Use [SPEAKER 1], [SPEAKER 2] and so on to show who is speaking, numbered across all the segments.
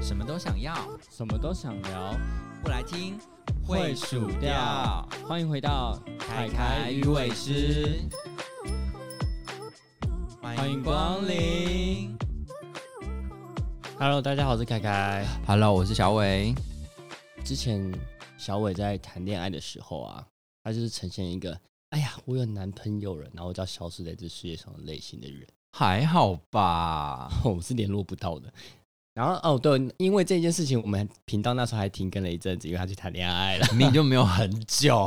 [SPEAKER 1] 什么都想要，
[SPEAKER 2] 什么都想聊，
[SPEAKER 1] 不来听
[SPEAKER 2] 会数掉。欢迎回到
[SPEAKER 1] 凯凯与伟师，欢迎光临。
[SPEAKER 2] Hello，大家好，我是凯凯。
[SPEAKER 1] Hello，我是小伟。
[SPEAKER 2] 之前小伟在谈恋爱的时候啊，他就是呈现一个哎呀，我有男朋友了，然后我就要消失在这世界上的类型的人，
[SPEAKER 1] 还好吧？
[SPEAKER 2] 我是联络不到的。然后哦，对，因为这件事情，我们频道那时候还停更了一阵子，因为他去谈恋爱 了，
[SPEAKER 1] 明明就没有很 久，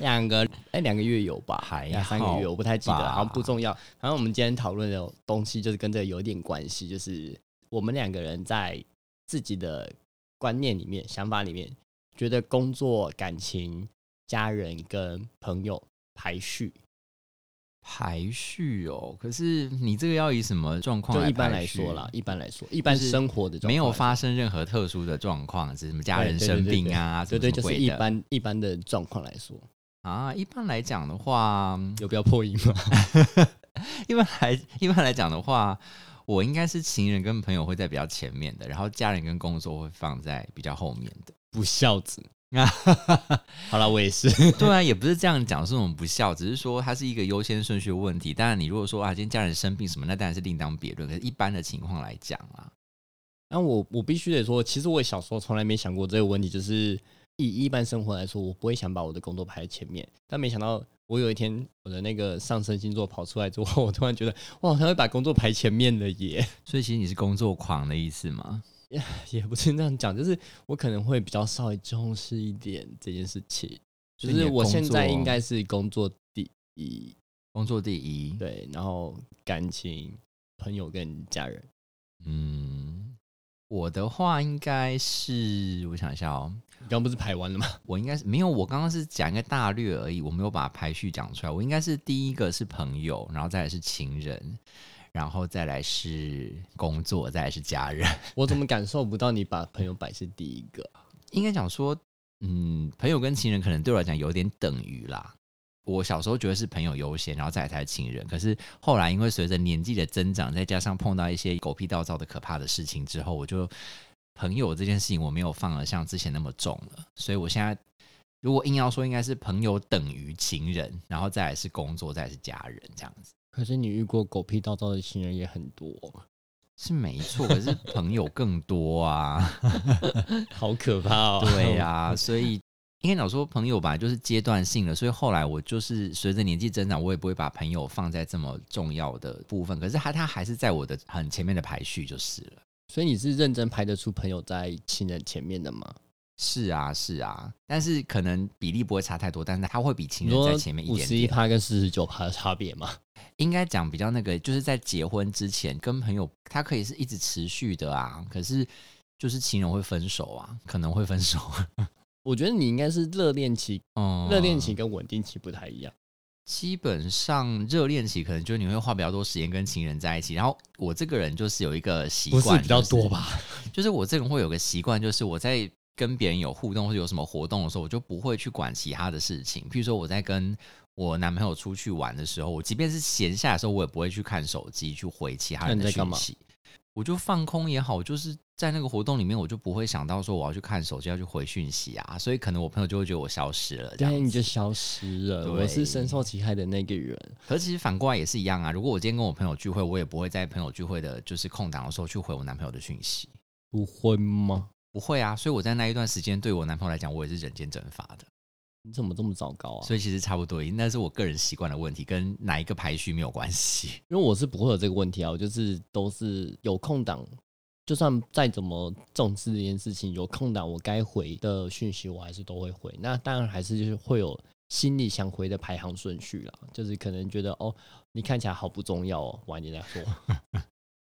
[SPEAKER 2] 两个哎两个月有吧，
[SPEAKER 1] 还
[SPEAKER 2] 两三个月，
[SPEAKER 1] 好
[SPEAKER 2] 我不太记得了，
[SPEAKER 1] 吧
[SPEAKER 2] 好像不重要。反正我们今天讨论的东西就是跟这个有点关系，就是我们两个人在自己的观念里面、想法里面，觉得工作、感情、家人跟朋友排序，
[SPEAKER 1] 排序哦。可是你这个要以什么状况？
[SPEAKER 2] 就一般来说啦，，一般来说，一般
[SPEAKER 1] 就是
[SPEAKER 2] 生活的状况
[SPEAKER 1] 没有
[SPEAKER 2] 来说
[SPEAKER 1] 发生任何特殊的状况，是什么家人
[SPEAKER 2] 对对对
[SPEAKER 1] 生病啊，
[SPEAKER 2] 对
[SPEAKER 1] 什么
[SPEAKER 2] 对，
[SPEAKER 1] 什
[SPEAKER 2] 就
[SPEAKER 1] 么
[SPEAKER 2] 是
[SPEAKER 1] 鬼
[SPEAKER 2] 一
[SPEAKER 1] 的
[SPEAKER 2] 般一般的状况来说，
[SPEAKER 1] 啊。一般来讲的话，
[SPEAKER 2] 嗯有必要破音吗？
[SPEAKER 1] 一般来一般来讲的话，我应该是情人跟朋友会在比较前面的，然后家人跟工作会放在比较后面的。
[SPEAKER 2] 不孝子。好了，我也是。
[SPEAKER 1] 对啊，也不是这样讲，是我们不孝，只是说它是一个优先顺序的问题。当然，你如果说啊，今天家人生病什么，那当然是另当别论。可是一般的情况来讲啊，
[SPEAKER 2] 那我我必须得说，其实我小时候从来没想过这个问题，就是以一般生活来说，我不会想把我的工作排在前面。但没想到我有一天我的那个上升星座跑出来之后，我突然觉得，哇，他会把工作排前面了耶！
[SPEAKER 1] 所以其实你是工作狂的意思吗？
[SPEAKER 2] 也不是那样讲，就是我可能会比较稍微重视一点这件事情，
[SPEAKER 1] 所
[SPEAKER 2] 就
[SPEAKER 1] 以你
[SPEAKER 2] 是
[SPEAKER 1] 的
[SPEAKER 2] 我现在
[SPEAKER 1] 工作
[SPEAKER 2] 应该是工作第一，
[SPEAKER 1] 工作第一，，
[SPEAKER 2] 对，然后感情、朋友跟家人。
[SPEAKER 1] 嗯，我的话应该是，我想一下哦，
[SPEAKER 2] 你刚不是排完了吗？
[SPEAKER 1] 我应该是没有，我刚刚是讲一个大略而已，我没有把排序讲出来。我应该是第一个是朋友，然后再来是情人，然后再来是工作，再来是家人。
[SPEAKER 2] 我怎么感受不到你把朋友摆是第一个？
[SPEAKER 1] 应该讲说，嗯，朋友跟情人可能对我来讲有点等于啦。我小时候觉得是朋友优先，然后再来才是情人。可是后来因为随着年纪的增长，再加上碰到一些狗屁倒灶的可怕的事情之后，我就朋友这件事情我没有放得像之前那么重了。所以我现在如果硬要说，应该是朋友等于情人，然后再来是工作，再来是家人这样子。
[SPEAKER 2] 可是你遇过狗屁倒灶的情人也很多，
[SPEAKER 1] 是没错，可是朋友更多啊。
[SPEAKER 2] 好可怕哦
[SPEAKER 1] 对呀、所以应该讲说朋友吧，就是阶段性的，所以后来我就是随着年纪增长，我也不会把朋友放在这么重要的部分，可是他他还是在我的很前面的排序就是了。
[SPEAKER 2] 所以你是认真排得出朋友在情人前面的吗？
[SPEAKER 1] 是啊，是啊，但是可能比例不会差太多，但是他会比情
[SPEAKER 2] 你
[SPEAKER 1] 人
[SPEAKER 2] 说
[SPEAKER 1] 在前面一
[SPEAKER 2] 五
[SPEAKER 1] 点
[SPEAKER 2] 十一
[SPEAKER 1] 点。
[SPEAKER 2] 趴跟四十九趴的差别吗？
[SPEAKER 1] 应该讲比较那个，就是在结婚之前跟朋友，他可以是一直持续的啊，可是就是情人会分手啊，可能会分手。
[SPEAKER 2] 我觉得你应该是热恋期，
[SPEAKER 1] 嗯，
[SPEAKER 2] 热恋期跟稳定期不太一样。
[SPEAKER 1] 基本上热恋期可能就是你会花比较多时间跟情人在一起，然后我这个人就是有一个习惯，就是？
[SPEAKER 2] 吧？
[SPEAKER 1] 就是我这个人会有个习惯，就是我在跟别人有互动或者有什么活动的时候，我就不会去管其他的事情。譬如说我在跟我男朋友出去玩的时候，我即便是闲下来的时候，我也不会去看手机去回其他人
[SPEAKER 2] 那你
[SPEAKER 1] 的
[SPEAKER 2] 在干
[SPEAKER 1] 讯
[SPEAKER 2] 嘛
[SPEAKER 1] 息。我就放空也好，我就是在那个活动里面，我就不会想到说我要去看手机，要去回讯息啊，所以可能我朋友就会觉得我消失了。这样
[SPEAKER 2] 对，
[SPEAKER 1] 子
[SPEAKER 2] 哎你就消失了。
[SPEAKER 1] 对
[SPEAKER 2] 我是深受其害的那个人。
[SPEAKER 1] 可是其实反过来也是一样啊。如果我今天跟我朋友聚会，我也不会在朋友聚会的就是空档的时候去回我男朋友的讯息，
[SPEAKER 2] 不婚吗？
[SPEAKER 1] 不会啊。所以我在那一段时间对我男朋友来讲，我也是人间蒸发的。
[SPEAKER 2] 你怎么这么糟糕啊？
[SPEAKER 1] 所以其实差不多，那是我个人习惯的问题，跟哪一个排序没有关系。
[SPEAKER 2] 因为我是不会有这个问题啊，我就是都是有空档，就算再怎么重视这件事情，有空档我该回的讯息我还是都会回。那当然还是就是会有心里想回的排行顺序啦，就是可能觉得哦，你看起来好不重要哦，晚一点再说，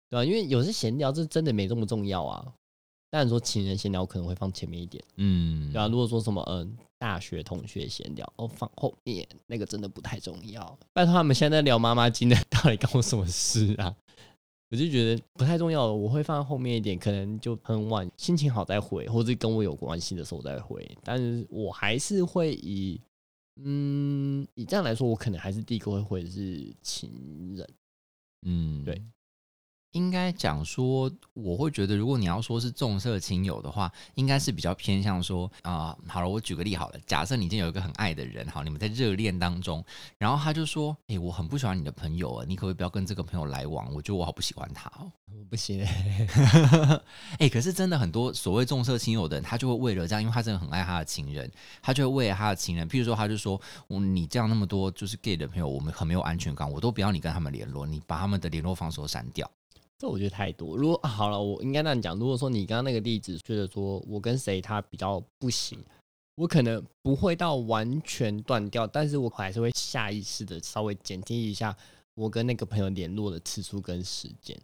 [SPEAKER 2] 对啊，因为有些闲聊这真的没这么重要啊。当然说情人闲聊可能会放前面一点，
[SPEAKER 1] 嗯，
[SPEAKER 2] 对啊。如果说什么嗯、大学同学闲聊哦放后面，那个真的不太重要。拜托他们现在在聊妈妈经的，到底干我什么事啊？ 我就觉得不太重要，我会放在后面一点，可能就很晚，心情好再回，或者跟我有关系的时候再回。但是我还是会以嗯，以这样来说，我可能还是第一个会回的是情人。
[SPEAKER 1] 嗯，
[SPEAKER 2] 对，
[SPEAKER 1] 应该讲说，我会觉得，如果你要说是重色轻友的话，应该是比较偏向说啊、好了，我举个例好了，假设你今天有一个很爱的人，好，你们在热恋当中，然后他就说，哎、我很不喜欢你的朋友啊，你可不可以不要跟这个朋友来往？我觉得我好不喜欢他哦。
[SPEAKER 2] 我 不行、欸，
[SPEAKER 1] 哎、可是真的很多所谓重色轻友的人，他就会为了这样，因为他真的很爱他的情人，他就会为了他的情人，譬如说，他就说，嗯你这样那么多就是 gay 的朋友，我们很没有安全感，我都不要你跟他们联络，你把他们的联络方式都删掉。
[SPEAKER 2] 这我觉得太多。如果、啊好了，我应该那样讲。如果说你刚刚那个例子，觉得说我跟谁他比较不行，我可能不会到完全断掉，但是我还是会下意识的稍微减低一下我跟那个朋友联络的次数跟时间。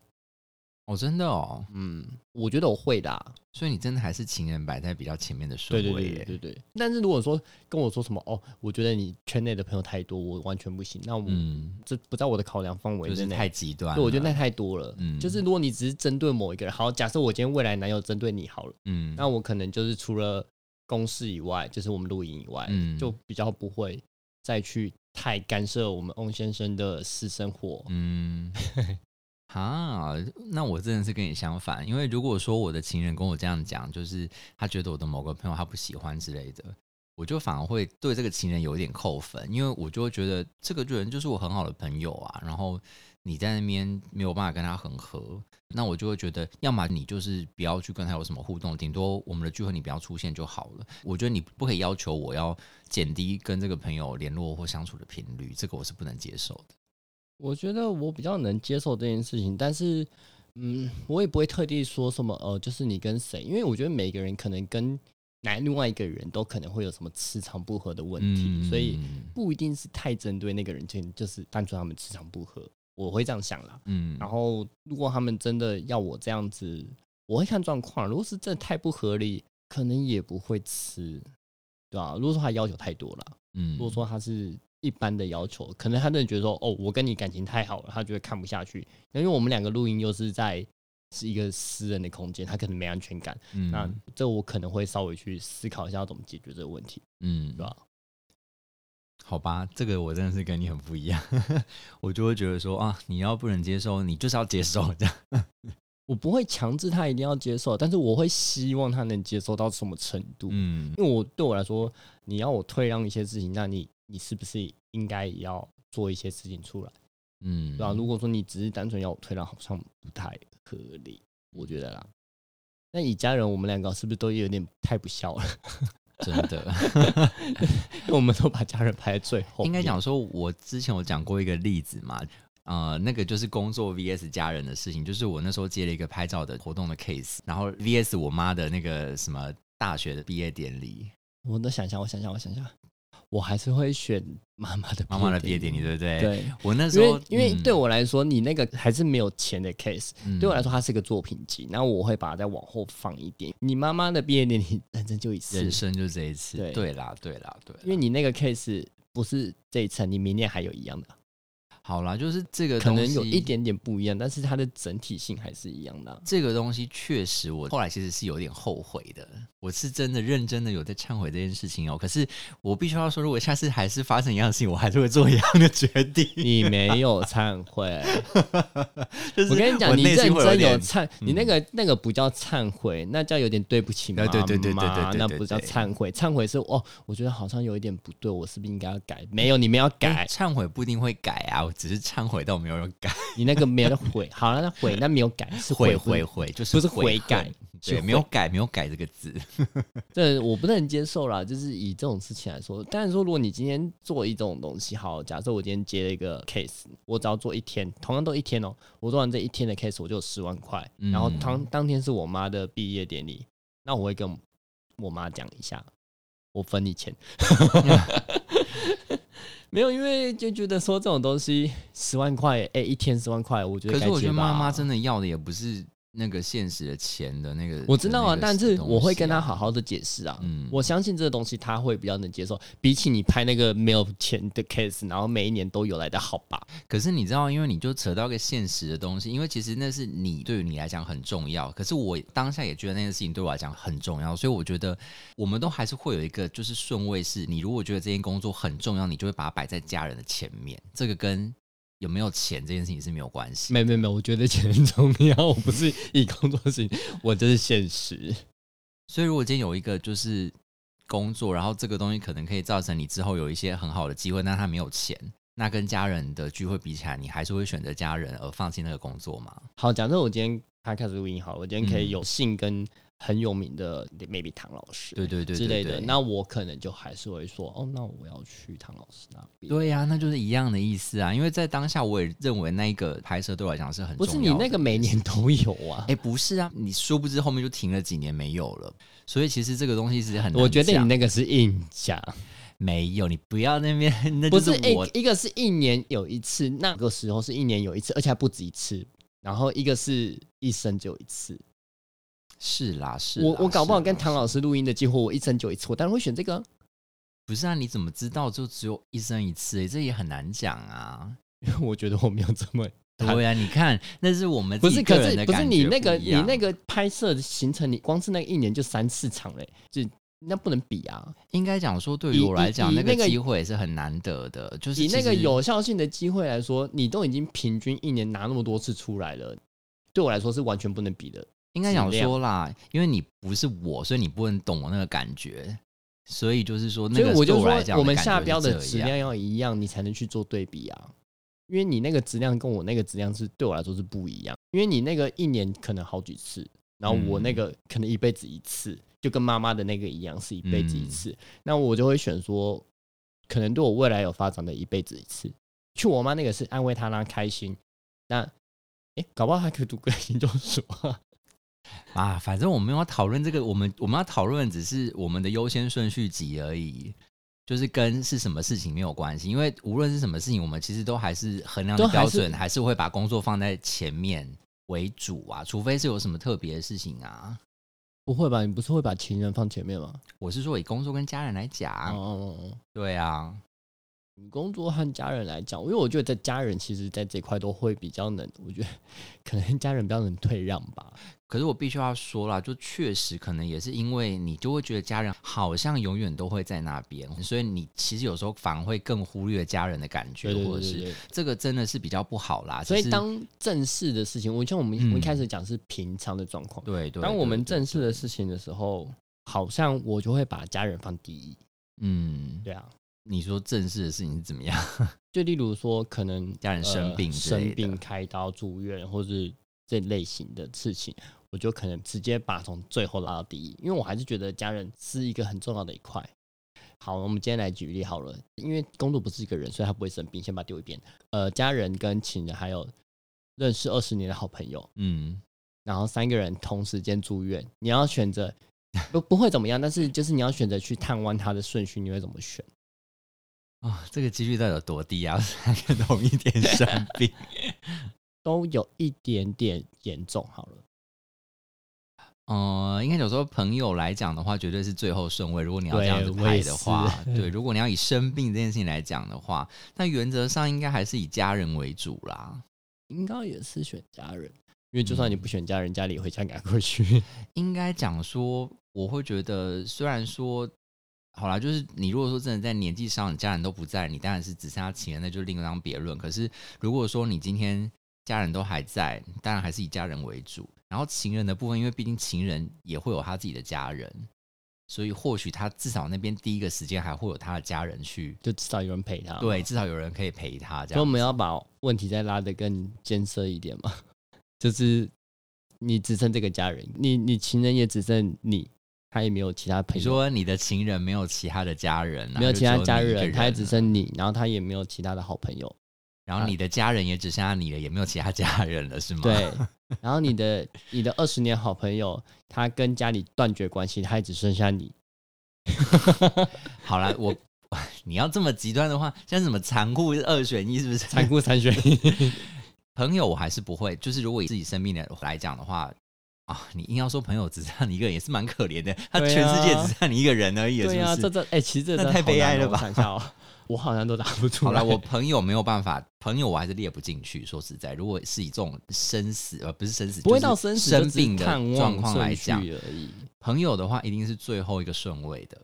[SPEAKER 1] 哦，真的哦，
[SPEAKER 2] 嗯，我觉得我会的啊、
[SPEAKER 1] 所以你真的还是情人摆在比较前面的顺
[SPEAKER 2] 对
[SPEAKER 1] 位耶。
[SPEAKER 2] 对对对对对。但是如果说跟我说什么哦，我觉得你圈内的朋友太多，我完全不行，那我、
[SPEAKER 1] 嗯，
[SPEAKER 2] 这不在我的考量范围
[SPEAKER 1] 就
[SPEAKER 2] 之
[SPEAKER 1] 是
[SPEAKER 2] 内。
[SPEAKER 1] 太极端了。
[SPEAKER 2] 对，我觉得那太多了。
[SPEAKER 1] 嗯
[SPEAKER 2] 就是如果你只是针对某一个人，好，假设我今天未来男友针对你好了，
[SPEAKER 1] 嗯，
[SPEAKER 2] 那我可能就是除了公事以外，就是我们录影以外，
[SPEAKER 1] 嗯
[SPEAKER 2] 就比较不会再去太干涉我们翁先生的私生活。
[SPEAKER 1] 嗯，啊，那我真的是跟你相反，因为如果说我的情人跟我这样讲，就是他觉得我的某个朋友他不喜欢之类的，我就反而会对这个情人有一点扣分，因为我就会觉得这个人就是我很好的朋友啊，然后你在那边没有办法跟他很合，那我就会觉得，要么你就是不要去跟他有什么互动，顶多我们的聚会你不要出现就好了。我觉得你不可以要求我要减低跟这个朋友联络或相处的频率，这个我是不能接受的。
[SPEAKER 2] 我觉得我比较能接受这件事情，但是，嗯，我也不会特地说什么呃，就是你跟谁，因为我觉得每个人可能跟男另外一个人都可能会有什么磁场不合的问题，所以
[SPEAKER 1] 嗯
[SPEAKER 2] 不一定是太针对那个人，就就是单纯他们磁场不合，我会这样想啦。
[SPEAKER 1] 嗯
[SPEAKER 2] 然后如果他们真的要我这样子，我会看状况。如果是真的太不合理，可能也不会吃，对吧、如果说他要求太多了，
[SPEAKER 1] 嗯
[SPEAKER 2] 如果说他是一般的要求，可能他真的觉得说，哦，我跟你感情太好了，他觉得看不下去。因为我们两个录音又是在是一个私人的空间，他可能没安全感。
[SPEAKER 1] 嗯
[SPEAKER 2] 那这我可能会稍微去思考一下要怎么解决这个问题，
[SPEAKER 1] 嗯
[SPEAKER 2] 对吧、
[SPEAKER 1] 好吧，这个我真的是跟你很不一样，我就会觉得说啊，你要不能接受，你就是要接受这样。
[SPEAKER 2] 我不会强制他一定要接受，但是我会希望他能接受到什么程度。
[SPEAKER 1] 嗯
[SPEAKER 2] 因为我对我来说，你要我退让一些事情，那你你是不是应该也要做一些事情出来？
[SPEAKER 1] 嗯，
[SPEAKER 2] 对吧、如果说你只是单纯要我退让，好像不太合理，我觉得啦。那以家人，我们两个是不是都有点太不孝了？
[SPEAKER 1] 真的。
[SPEAKER 2] 因为我们都把家人排在最 后面。
[SPEAKER 1] 应该讲说，我之前有讲过一个例子嘛，呃，那个就是工作 VS 家人的事情，就是我那时候接了一个拍照的活动的 case，然后 VS 我妈的那个什么大学的毕业典礼，
[SPEAKER 2] 我都想想，我想想，我想想，我还是会选妈妈的
[SPEAKER 1] 妈妈的毕业典礼，对
[SPEAKER 2] 对
[SPEAKER 1] 不对？
[SPEAKER 2] 对。
[SPEAKER 1] 我那时
[SPEAKER 2] 因
[SPEAKER 1] 候嗯
[SPEAKER 2] 为因为对我来说，你那个还是没有钱的 case，对我来
[SPEAKER 1] 说，
[SPEAKER 2] 说，它是一个作品集，然后我会把它再往后放一点。你妈妈的毕业典礼， 认真就一次
[SPEAKER 1] 人，生就这一次，
[SPEAKER 2] 对
[SPEAKER 1] 对啦，对啦，对啦。
[SPEAKER 2] 因为你那个 case 不是这一层，你明年还有一样的，
[SPEAKER 1] 好啦，就是这个
[SPEAKER 2] 可
[SPEAKER 1] 东
[SPEAKER 2] 能有
[SPEAKER 1] 西
[SPEAKER 2] 一点点不一样，但是它的整体性还是一样 的啊、
[SPEAKER 1] 这个东西确实，我后来其实是有点后悔的。我是真的认真的有在忏悔这件事情哦。可是我必须要说，如果下次还是发生一样的事情，我还是会做一样的决定。
[SPEAKER 2] 你没有忏悔，
[SPEAKER 1] 就是
[SPEAKER 2] 我跟你讲，你
[SPEAKER 1] 内
[SPEAKER 2] 认真
[SPEAKER 1] 心会有
[SPEAKER 2] 有
[SPEAKER 1] 点
[SPEAKER 2] 忏，你那个那个不叫忏悔，那叫有点对不起妈
[SPEAKER 1] 对
[SPEAKER 2] 妈，
[SPEAKER 1] 啊对对对对对对
[SPEAKER 2] 那
[SPEAKER 1] 对
[SPEAKER 2] 不叫
[SPEAKER 1] 对
[SPEAKER 2] 忏悔，忏悔是哦，我觉得好像有一点不对，我是不是应该要改？没有，你没有
[SPEAKER 1] 哎
[SPEAKER 2] 改，
[SPEAKER 1] 忏悔不一定会改啊，我只是忏悔到没有人改，
[SPEAKER 2] 你那个没有悔，好了，那悔那没有改是悔
[SPEAKER 1] 悔悔就是
[SPEAKER 2] 不是
[SPEAKER 1] 悔
[SPEAKER 2] 悔
[SPEAKER 1] 恨
[SPEAKER 2] 改，是
[SPEAKER 1] 对，
[SPEAKER 2] 悔
[SPEAKER 1] 没有改没有改这个字，
[SPEAKER 2] 这我不能接受啦，就是以这种事情来说，当然说，如果你今天做一种东西，好，假设我今天接了一个 case，我只要做一天，同样都一天哦、我做完这一天的 case，我就有十万块，
[SPEAKER 1] 嗯
[SPEAKER 2] 然后当当天是我妈的毕业典礼，那我会跟我妈讲一下，我分你 钱，没有，因为就觉得说这种东西十万块，哎、一天十万块，我觉得
[SPEAKER 1] 可
[SPEAKER 2] 该
[SPEAKER 1] 是我觉
[SPEAKER 2] 接
[SPEAKER 1] 得
[SPEAKER 2] 吧
[SPEAKER 1] 妈妈真的要的也不是那个现实的钱的那个，
[SPEAKER 2] 我知道啊，
[SPEAKER 1] 的那个
[SPEAKER 2] 但是我会跟他
[SPEAKER 1] 东西啊
[SPEAKER 2] 好好的解释啊。
[SPEAKER 1] 嗯
[SPEAKER 2] 我相信这个东西他会比较能接受，比起你拍那个没有钱的 case，然后每一年都有来的好吧？
[SPEAKER 1] 可是你知道，因为你就扯到一个现实的东西，因为其实那是你对于你来讲很重要。可是我当下也觉得那件事情对我来讲很重要，所以我觉得我们都还是会有一个就是顺位是，你如果觉得这件工作很重要，你就会把它摆在家人的前面。这个跟有没有钱这件事情是没有关系。
[SPEAKER 2] 没没没，我觉得钱很重要，我不是以工作性，我这是现实。
[SPEAKER 1] 所以如果今天有一个就是工作，然后这个东西可能可以造成你之后有一些很好的机会，那他没有钱，那跟家人的聚会比起来，你还是会选择家人而放弃那个工作吗？
[SPEAKER 2] 好，假设我今天他开始录音好了，我今天可以
[SPEAKER 1] 嗯
[SPEAKER 2] 有幸跟很有名的 maybe 唐老师
[SPEAKER 1] 对对对
[SPEAKER 2] 之
[SPEAKER 1] 对
[SPEAKER 2] 类
[SPEAKER 1] 对
[SPEAKER 2] 的，那我可能就还是会说，哦，那我要去唐老师那边。
[SPEAKER 1] 对呀、那就是一样的意思啊。因为在当下，我也认为那一个拍摄对我来讲是很
[SPEAKER 2] 不
[SPEAKER 1] 重要
[SPEAKER 2] 是
[SPEAKER 1] 的
[SPEAKER 2] 你那个每年都有啊
[SPEAKER 1] 哎、？不是啊，你殊不知后面就停了几年没有了，所以其实这个东西是很难
[SPEAKER 2] 我觉得你
[SPEAKER 1] 讲
[SPEAKER 2] 那个是硬讲。
[SPEAKER 1] 没有，你不要那边 那
[SPEAKER 2] 不
[SPEAKER 1] 就是我
[SPEAKER 2] 一一个是哎一年有一次，那个时候是一年有一次，而且还不止一次。然后一个是一生只有一次，啊
[SPEAKER 1] 是啦是啦
[SPEAKER 2] 我我搞不好
[SPEAKER 1] 是啦
[SPEAKER 2] 跟唐老师录音的机会，我一生只有一次，我当然会选这个啊。
[SPEAKER 1] 不是啊，你怎么知道就只有一生一次、欸？这也很难讲啊。
[SPEAKER 2] 我觉得我没有这么
[SPEAKER 1] 对呀、啊，你看，那是我们
[SPEAKER 2] 不
[SPEAKER 1] 自
[SPEAKER 2] 是，
[SPEAKER 1] 己个
[SPEAKER 2] 可
[SPEAKER 1] 人
[SPEAKER 2] 是
[SPEAKER 1] 的
[SPEAKER 2] 不是
[SPEAKER 1] 感
[SPEAKER 2] 你
[SPEAKER 1] 觉
[SPEAKER 2] 那个
[SPEAKER 1] 不一
[SPEAKER 2] 你
[SPEAKER 1] 样
[SPEAKER 2] 那个拍摄的行程，你光是那个一年就三四场嘞，就那不能比啊！
[SPEAKER 1] 应该讲说，对于
[SPEAKER 2] 以
[SPEAKER 1] 我来
[SPEAKER 2] 以
[SPEAKER 1] 讲，
[SPEAKER 2] 以
[SPEAKER 1] 那
[SPEAKER 2] 那个
[SPEAKER 1] 机会是很难得的，就是
[SPEAKER 2] 以那
[SPEAKER 1] 其
[SPEAKER 2] 个
[SPEAKER 1] 实
[SPEAKER 2] 有效性的机会来说，你都已经平均一年拿那么多次出来了，对我来说是完全不能比的。
[SPEAKER 1] 应该讲
[SPEAKER 2] 质量
[SPEAKER 1] 说啦，因为你不是我，所以你不能懂我那个感觉，所以就是说那
[SPEAKER 2] 所
[SPEAKER 1] 个
[SPEAKER 2] 以我就
[SPEAKER 1] 对来
[SPEAKER 2] 说，
[SPEAKER 1] 讲
[SPEAKER 2] 我
[SPEAKER 1] 的
[SPEAKER 2] 们
[SPEAKER 1] 感觉
[SPEAKER 2] 下标的
[SPEAKER 1] 是
[SPEAKER 2] 质
[SPEAKER 1] 这样
[SPEAKER 2] 量要一样，你才能去做对比啊。因为你那个质量跟我那个质量是对我来说是不一样，因为你那个一年可能好几次，然后我那个可能一辈子一次，就跟妈妈的那个一样是一辈子一次，那我就会选说，可能对我未来有发展的一辈子一次。去我妈那个是安慰她，让她开心。那诶，搞不好还可以读个 研究所啊。
[SPEAKER 1] 啊。反正我们要讨论这个，我们我们要讨论的只是我们的优先顺序级而已。就是跟是什么事情没有关系，因为无论是什么事情，我们其实都还是衡量的
[SPEAKER 2] 都还
[SPEAKER 1] 标
[SPEAKER 2] 是
[SPEAKER 1] 准，还是会把工作放在前面为主啊，除非是有什么特别的事情啊。
[SPEAKER 2] 不会吧？你不是会把情人放前面吗？
[SPEAKER 1] 我是说以工作跟家人来
[SPEAKER 2] 哦
[SPEAKER 1] 讲，
[SPEAKER 2] 哦哦。
[SPEAKER 1] 对啊，
[SPEAKER 2] 你工作和家人来讲，因为我觉得在家人其实在这块都会比较能，我觉得可能家人比较能退让 吧。
[SPEAKER 1] 可是我必须要说啦，就确实可能也是因为你就会觉得家人好像永远都会在那边，所以你其实有时候反而会更忽略家人的感觉，
[SPEAKER 2] 对对
[SPEAKER 1] 或
[SPEAKER 2] 对
[SPEAKER 1] 者
[SPEAKER 2] 对
[SPEAKER 1] 是
[SPEAKER 2] 对。
[SPEAKER 1] 这个真的是比较不好啦。
[SPEAKER 2] 所
[SPEAKER 1] 只
[SPEAKER 2] 以
[SPEAKER 1] 是
[SPEAKER 2] 当正式的事情，我像我
[SPEAKER 1] 嗯
[SPEAKER 2] 们、我们一开始讲是平常的状况，
[SPEAKER 1] 对对，
[SPEAKER 2] 当我们正式
[SPEAKER 1] 式
[SPEAKER 2] 的事情的时候，好像我就会把家人放第一。
[SPEAKER 1] 嗯，
[SPEAKER 2] 对啊，
[SPEAKER 1] 你说正式的事情是怎么样？
[SPEAKER 2] 就例如说可能
[SPEAKER 1] 家人生病
[SPEAKER 2] 呃
[SPEAKER 1] 之类
[SPEAKER 2] 生
[SPEAKER 1] 的
[SPEAKER 2] 病、开刀、住院，或是这类型的事情，我就可能直接把从最后拉到第一，因为我还是觉得家人是一个很重要的一块。好，我们今天来举例好了，因为工作不是一个人，所以他不会生病，先把它丢一边。呃，家人跟情人还有认识二十年的好朋友，
[SPEAKER 1] 嗯，
[SPEAKER 2] 然后三个人同时间住院，你要选择不不会怎么样，但是就是你要选择去探望他的顺序，你会怎么选？
[SPEAKER 1] 啊、这个几率到底有多低啊？ 三个同一天生病，
[SPEAKER 2] 都有一点点严重好了。
[SPEAKER 1] 呃，应该有时候朋友来讲的话，绝对是最后顺位。如果你要这
[SPEAKER 2] 对
[SPEAKER 1] 样子
[SPEAKER 2] 我
[SPEAKER 1] 排
[SPEAKER 2] 也是
[SPEAKER 1] 的话， 对，如果你要以生病这件事情来讲的话，那原则上应该还是以家人为主啦。
[SPEAKER 2] 应该也是选家人，因为就
[SPEAKER 1] 嗯
[SPEAKER 2] 算你不选家人，家里也会这样赶过去。
[SPEAKER 1] 应该讲说，我会觉得，虽然说，好啦，就是你如果说真的在年纪上，你家人都不在，你当然是只剩下情人，那就另当别论。可是如果说你今天家人都还在，当然还是以家人为主。然后情人的部分，因为毕竟情人也会有他自己的家人，所以或许他至少那边第一个时间还会有他的家人去，
[SPEAKER 2] 就至少有人陪他。，
[SPEAKER 1] 对，至少有人可以陪他这
[SPEAKER 2] 啊所以我
[SPEAKER 1] 样。
[SPEAKER 2] 们要把问题再拉得更艰涩一点嘛， 就是你只剩这个家人，你你情人也只剩你，他也没有其他朋
[SPEAKER 1] 你
[SPEAKER 2] 友，
[SPEAKER 1] 说你的情人没有其他的家人、啊，
[SPEAKER 2] 没有
[SPEAKER 1] 就
[SPEAKER 2] 其他
[SPEAKER 1] 只
[SPEAKER 2] 家
[SPEAKER 1] 你一个啊
[SPEAKER 2] 人，他也只
[SPEAKER 1] 了
[SPEAKER 2] 剩你，然后他也没有其他的好朋友，
[SPEAKER 1] 然后你的家人也只剩下你了，也没有其他家人了，是吗？
[SPEAKER 2] 啊 对。然后你的你的二十年好朋友，他跟家里断绝关系，他也只剩下你。
[SPEAKER 1] 好了，我 你要这么极端的话，像什么残酷二选一，是 不是？
[SPEAKER 2] 残酷三选一，
[SPEAKER 1] 朋友我还是不会，就是如果以自己生病的来讲的话，啊，你硬要说朋友只剩你一个人也是蛮可怜的，他
[SPEAKER 2] 对
[SPEAKER 1] 全世界
[SPEAKER 2] 啊
[SPEAKER 1] 只剩你一个人而已，
[SPEAKER 2] 对啊，
[SPEAKER 1] 是
[SPEAKER 2] 这
[SPEAKER 1] 不是？
[SPEAKER 2] 这哎、其实这
[SPEAKER 1] 那
[SPEAKER 2] 真的
[SPEAKER 1] 太
[SPEAKER 2] 好
[SPEAKER 1] 悲
[SPEAKER 2] 难
[SPEAKER 1] 哀
[SPEAKER 2] 哦
[SPEAKER 1] 了
[SPEAKER 2] 我
[SPEAKER 1] 吧
[SPEAKER 2] 想一下哦、我好像都答不出
[SPEAKER 1] 好
[SPEAKER 2] 来。
[SPEAKER 1] 了，我朋友没有办法，朋友我还是列不进去。说实在，如果是以这种生死呃不是生死，
[SPEAKER 2] 不会
[SPEAKER 1] 就是
[SPEAKER 2] 到生死
[SPEAKER 1] 生病的
[SPEAKER 2] 就只是看
[SPEAKER 1] 状
[SPEAKER 2] 望
[SPEAKER 1] 况
[SPEAKER 2] 顺
[SPEAKER 1] 来
[SPEAKER 2] 序
[SPEAKER 1] 讲，
[SPEAKER 2] 而已。
[SPEAKER 1] 朋友的话一定是最后一个顺位的。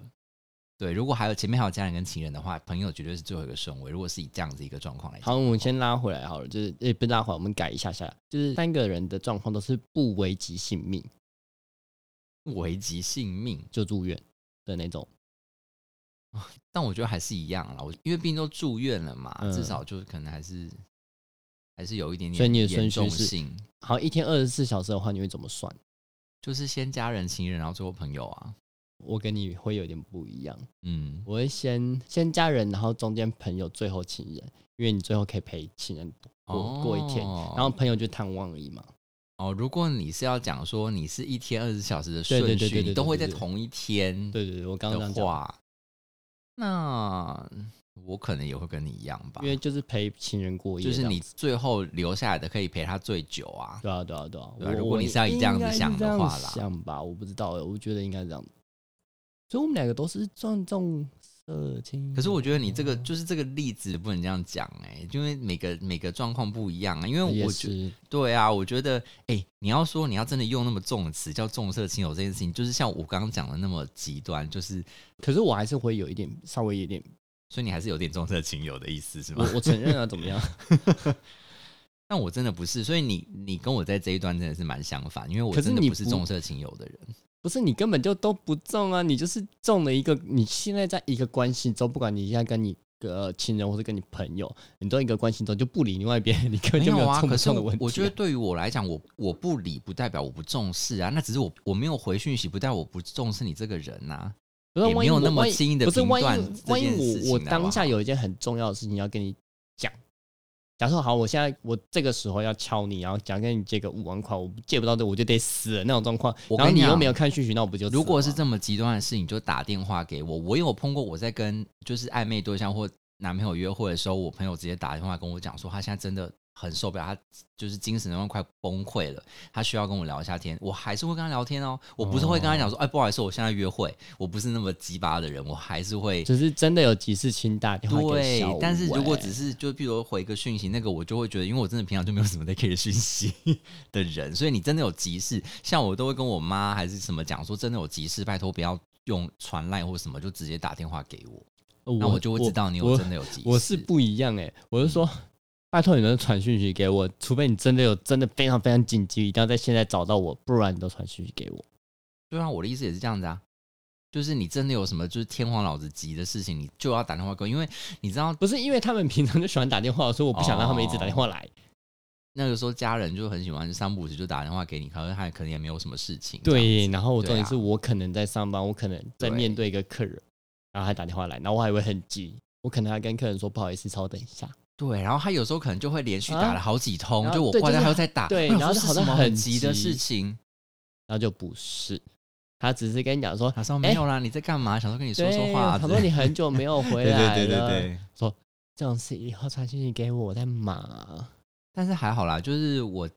[SPEAKER 1] 对，如果还有前面还有家人跟情人的话，朋友绝对是最后一个顺位。如果是以这样子一个状况来讲，
[SPEAKER 2] 好，我们先拉回来好了，就是诶、不拉回来，我们改一下下，就是三个人的状况都是不危及性命
[SPEAKER 1] 危及性命，
[SPEAKER 2] 就住院的那种。
[SPEAKER 1] 但我觉得还是一样啦。我因为毕竟都住院了嘛，
[SPEAKER 2] 嗯
[SPEAKER 1] 至少就是可能还是还是有一点点，
[SPEAKER 2] 所以你的顺
[SPEAKER 1] 严
[SPEAKER 2] 序
[SPEAKER 1] 重
[SPEAKER 2] 是
[SPEAKER 1] 性，
[SPEAKER 2] 好，一天二十四小时的话，你会怎么算？
[SPEAKER 1] 就是先家人、情人，然后最后朋友啊。
[SPEAKER 2] 我跟你会有点不一样，
[SPEAKER 1] 嗯，
[SPEAKER 2] 我会先先家人，然后中间朋友，最后情人，因为你最后可以陪情人过、过一天，
[SPEAKER 1] 哦
[SPEAKER 2] 然后朋友就探望而已嘛。
[SPEAKER 1] 哦，如果你是要讲说你是一天二十小时的
[SPEAKER 2] 对
[SPEAKER 1] 顺序，
[SPEAKER 2] 对对对对
[SPEAKER 1] 你都会在
[SPEAKER 2] 对对
[SPEAKER 1] 同一天
[SPEAKER 2] 对对对，我刚刚这
[SPEAKER 1] 的
[SPEAKER 2] 样讲，
[SPEAKER 1] 话，那我可能也会跟你一样吧
[SPEAKER 2] 因，为就是陪情人过夜这
[SPEAKER 1] 就
[SPEAKER 2] 样
[SPEAKER 1] 是
[SPEAKER 2] 子，
[SPEAKER 1] 你最后留下来的可以陪他最久啊。
[SPEAKER 2] 对啊，对啊，对啊。
[SPEAKER 1] 对啊
[SPEAKER 2] 我
[SPEAKER 1] 如果
[SPEAKER 2] 我
[SPEAKER 1] 你是要以这样子想的话啦
[SPEAKER 2] 应该是这样吧，我不知道欸，我觉得应该是这样。所以我们两个都是撞中色情。
[SPEAKER 1] 可是我觉得你这个就是这个例子不能这样讲哎、因为每个每个状况不一样啊。因为
[SPEAKER 2] 也
[SPEAKER 1] 我觉
[SPEAKER 2] 是，
[SPEAKER 1] 对啊，我觉得，哎、你要说你要真的用那么重的词叫重色轻友这件事情，就是像我刚刚讲的那么极端，就是
[SPEAKER 2] 可是我还是会有一点，稍微 有点，
[SPEAKER 1] 所以你还是有点重色轻友的意思是吗？
[SPEAKER 2] 我我承认啊，怎么样？
[SPEAKER 1] 但我真的不是，所以你你跟我在这一端真的是蛮相反，因为我
[SPEAKER 2] 可是
[SPEAKER 1] 真的
[SPEAKER 2] 你
[SPEAKER 1] 不是
[SPEAKER 2] 不
[SPEAKER 1] 重色轻友的人。
[SPEAKER 2] 不是你根本就都不中啊，你就是中了一个，你现在在一个关系中，不管你现在跟你。呃，亲人或者跟你朋友，你都一个关系中就不理另外一边，你根 本就
[SPEAKER 1] 有
[SPEAKER 2] 有
[SPEAKER 1] 啊，
[SPEAKER 2] 冲不
[SPEAKER 1] 可是
[SPEAKER 2] 冲的
[SPEAKER 1] 我
[SPEAKER 2] 问题啊、
[SPEAKER 1] 我觉得对于我来讲，我我不理不代表我不重视啊，那只是我我没有回讯息，不代表我不重视你这个人呐、啊。
[SPEAKER 2] 不是
[SPEAKER 1] 也
[SPEAKER 2] 万
[SPEAKER 1] 没
[SPEAKER 2] 一
[SPEAKER 1] 有
[SPEAKER 2] 我
[SPEAKER 1] 那么
[SPEAKER 2] 万一
[SPEAKER 1] 轻易地
[SPEAKER 2] 不是
[SPEAKER 1] 评
[SPEAKER 2] 万
[SPEAKER 1] 断
[SPEAKER 2] 一
[SPEAKER 1] 这
[SPEAKER 2] 万
[SPEAKER 1] 件事
[SPEAKER 2] 一
[SPEAKER 1] 情
[SPEAKER 2] 我我
[SPEAKER 1] 的好
[SPEAKER 2] 当
[SPEAKER 1] 不
[SPEAKER 2] 下
[SPEAKER 1] 好
[SPEAKER 2] 有一件很重要的事情要跟你讲，假设好，我现在我这个时候要敲你，然后讲跟你借个五万块，我借不到这我就得死了那种状况，
[SPEAKER 1] 我
[SPEAKER 2] 然后
[SPEAKER 1] 跟你
[SPEAKER 2] 你又
[SPEAKER 1] 讲
[SPEAKER 2] 没有看讯息，那我不啊就死
[SPEAKER 1] 如果
[SPEAKER 2] 了
[SPEAKER 1] 是
[SPEAKER 2] 吗
[SPEAKER 1] 这么极端的事情，你就打电话给我。我有碰过我在跟就是暧昧对象或男朋友约会的时候，我朋友直接打电话跟我讲说，他现在真的很受不了，他就是精神状况快崩溃了，他需要跟我聊一下天。我还是会跟他聊天哦，我不是会跟他讲说，哎，不好意思，我现在约会，我不是那么鸡巴的人，我还是会。
[SPEAKER 2] 只是真的有急事情打电话给
[SPEAKER 1] 对
[SPEAKER 2] 小，
[SPEAKER 1] 但是
[SPEAKER 2] 五
[SPEAKER 1] 如果
[SPEAKER 2] 欸
[SPEAKER 1] 只是就譬如回个讯息，那个我就会觉得，因为我真的平常就没有什么在 care 讯息的人，所以你真的有急事，像我都会跟我妈还是什么讲说，真的有急事，拜托不要用传赖或什么，就直接打电话给我，那我就会知道你有
[SPEAKER 2] 我
[SPEAKER 1] 真的有嗯急事。
[SPEAKER 2] 我是不一样哎、我是说，拜托你能传讯息给我，除非你真的有真的非常非常紧急，一定要在现在找到我，不然你都传讯息给我。
[SPEAKER 1] 对啊，我的意思也是这样子啊，就是你真的有什么就是天皇老子急的事情，你就要打电话给我，因为你知道
[SPEAKER 2] 不是因为他们平常就喜欢打电话，所以我不想让他们一直打电话来。
[SPEAKER 1] 那个时候家人就很喜欢三不五时就打电话给你，可能他可能也没有什么事情。
[SPEAKER 2] 对，然后我重
[SPEAKER 1] 对
[SPEAKER 2] 点
[SPEAKER 1] 啊
[SPEAKER 2] 是我可能在上班，我可能在面对一个客人，然后他打电话来，然后我还会很急，我可能还跟客人说不好意思，稍等一下。
[SPEAKER 1] 对，然后他有时候可能就会连续打
[SPEAKER 2] 啊
[SPEAKER 1] 了好几通，
[SPEAKER 2] 然后
[SPEAKER 1] 就我
[SPEAKER 2] 对
[SPEAKER 1] 挂
[SPEAKER 2] 就
[SPEAKER 1] 掉
[SPEAKER 2] 是
[SPEAKER 1] 还要再打，
[SPEAKER 2] 对
[SPEAKER 1] 我想
[SPEAKER 2] 然后
[SPEAKER 1] 说
[SPEAKER 2] 就是好像
[SPEAKER 1] 什么
[SPEAKER 2] 很
[SPEAKER 1] 很急的
[SPEAKER 2] 急
[SPEAKER 1] 事情。
[SPEAKER 2] 然后就不是，他只是跟你讲说，
[SPEAKER 1] 他说没有啦，你在干嘛？想说跟你说说
[SPEAKER 2] 对
[SPEAKER 1] 话啊之
[SPEAKER 2] 他
[SPEAKER 1] 类的，
[SPEAKER 2] 说你很久没 有回
[SPEAKER 1] 对
[SPEAKER 2] 来了，
[SPEAKER 1] 对对对对。
[SPEAKER 2] 这种事以后传讯息给我，我在忙。
[SPEAKER 1] 但是还好啦，就是我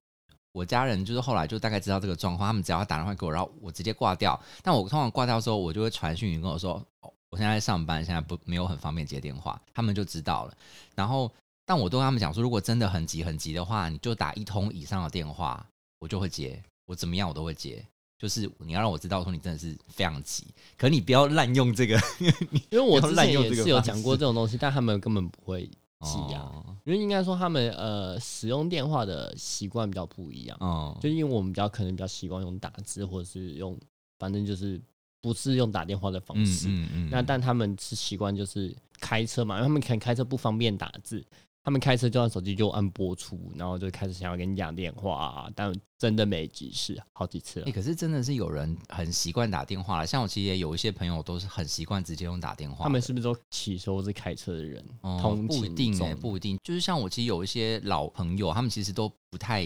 [SPEAKER 1] 我家人就是后来就大概知道这个状况，他们只要打电话给我，然后我直接挂掉。但我通常挂掉之后，我就会传讯息跟我说，哦我现在在上班，现在不没有很方便接电话，他们就知道了。然后，但我都跟他们讲说，如果真的很急很急的话，你就打一通以上的电话，我就会接，我怎么样我都会接。就是你要让我知道说你真的是非常急，可你不要滥用这个
[SPEAKER 2] 因为我之
[SPEAKER 1] 滥
[SPEAKER 2] 前
[SPEAKER 1] 用
[SPEAKER 2] 也
[SPEAKER 1] 这个
[SPEAKER 2] 是有
[SPEAKER 1] 方
[SPEAKER 2] 讲过
[SPEAKER 1] 式
[SPEAKER 2] 这种东西，但他们根本不会记啊。
[SPEAKER 1] 哦
[SPEAKER 2] 因为应该说他们呃使用电话的习惯比较不一样，
[SPEAKER 1] 哦
[SPEAKER 2] 就因为我们比较可能比较习惯用打字，或者是用反正就是不是用打电话的方
[SPEAKER 1] 嗯
[SPEAKER 2] 式。
[SPEAKER 1] 嗯嗯
[SPEAKER 2] 那但他们是习惯就是开车嘛，因为他们可能开车不方便打字，他们开车就按手机就按播出，然后就开始想要跟你讲电话、啊，但真的没急事，好几次了
[SPEAKER 1] 欸，。可是真的是有人很习惯打电话了，像我其实也有一些朋友都是很习惯直接用打电话的。
[SPEAKER 2] 他们是不是都骑车或是开车的人？
[SPEAKER 1] 哦
[SPEAKER 2] 通
[SPEAKER 1] 不一
[SPEAKER 2] 勤
[SPEAKER 1] 定哎、
[SPEAKER 2] 中
[SPEAKER 1] 不一定。就是像我其实有一些老朋友，他们其实都不太